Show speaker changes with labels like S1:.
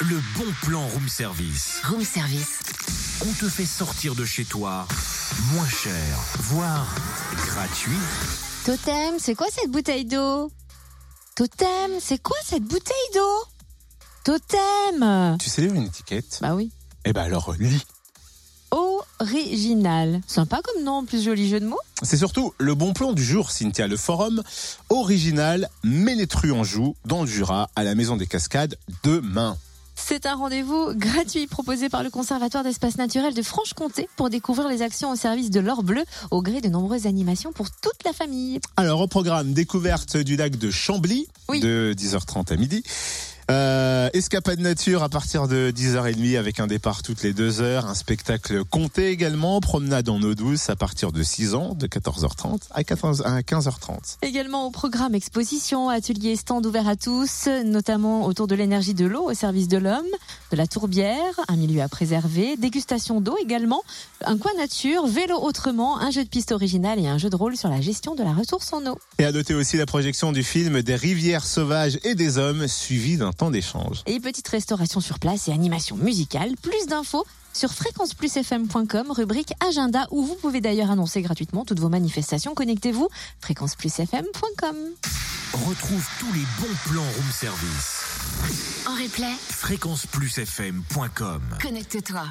S1: Le bon plan room service.
S2: Room service.
S1: On te fait sortir de chez toi moins cher, voire gratuit.
S2: Totem, c'est quoi cette bouteille d'eau Totem, c'est quoi cette bouteille d'eau Totem
S3: Tu sais lire une étiquette
S2: Bah oui.
S3: Eh ben alors, lis.
S2: Original. Sympa comme nom, plus joli jeu de mots.
S3: C'est surtout le bon plan du jour, Cynthia. Le forum original met les truands en joue dans le Jura à la Maison des Cascades demain.
S2: C'est un rendez-vous gratuit proposé par le Conservatoire d'espaces naturels de Franche-Comté pour découvrir les actions au service de l'or bleu au gré de nombreuses animations pour toute la famille.
S3: Alors au programme, découverte du lac de Chambly
S2: Oui.
S3: de 10h30 à midi. Euh, escapade nature à partir de 10h30 avec un départ toutes les deux heures, un spectacle compté également, promenade en eau douce à partir de 6 ans, de 14h30 à 14 à 15h30.
S2: Également au programme exposition, ateliers, stands ouverts à tous, notamment autour de l'énergie de l'eau au service de l'homme, de la tourbière, un milieu à préserver, dégustation d'eau également, un coin nature, vélo autrement, un jeu de piste original et un jeu de rôle sur la gestion de la ressource en eau.
S3: Et à noter aussi la projection du film Des rivières sauvages et des hommes, suivi d'un temps d'échange.
S2: Et petite restauration sur place et animation musicale. Plus d'infos sur fréquenceplusfm.com, rubrique agenda, où vous pouvez d'ailleurs annoncer gratuitement toutes vos manifestations. Connectez-vous, fréquenceplusfm.com.
S1: Retrouve tous les bons plans room service.
S4: En replay,
S1: fréquenceplusfm.com
S4: connecte-toi.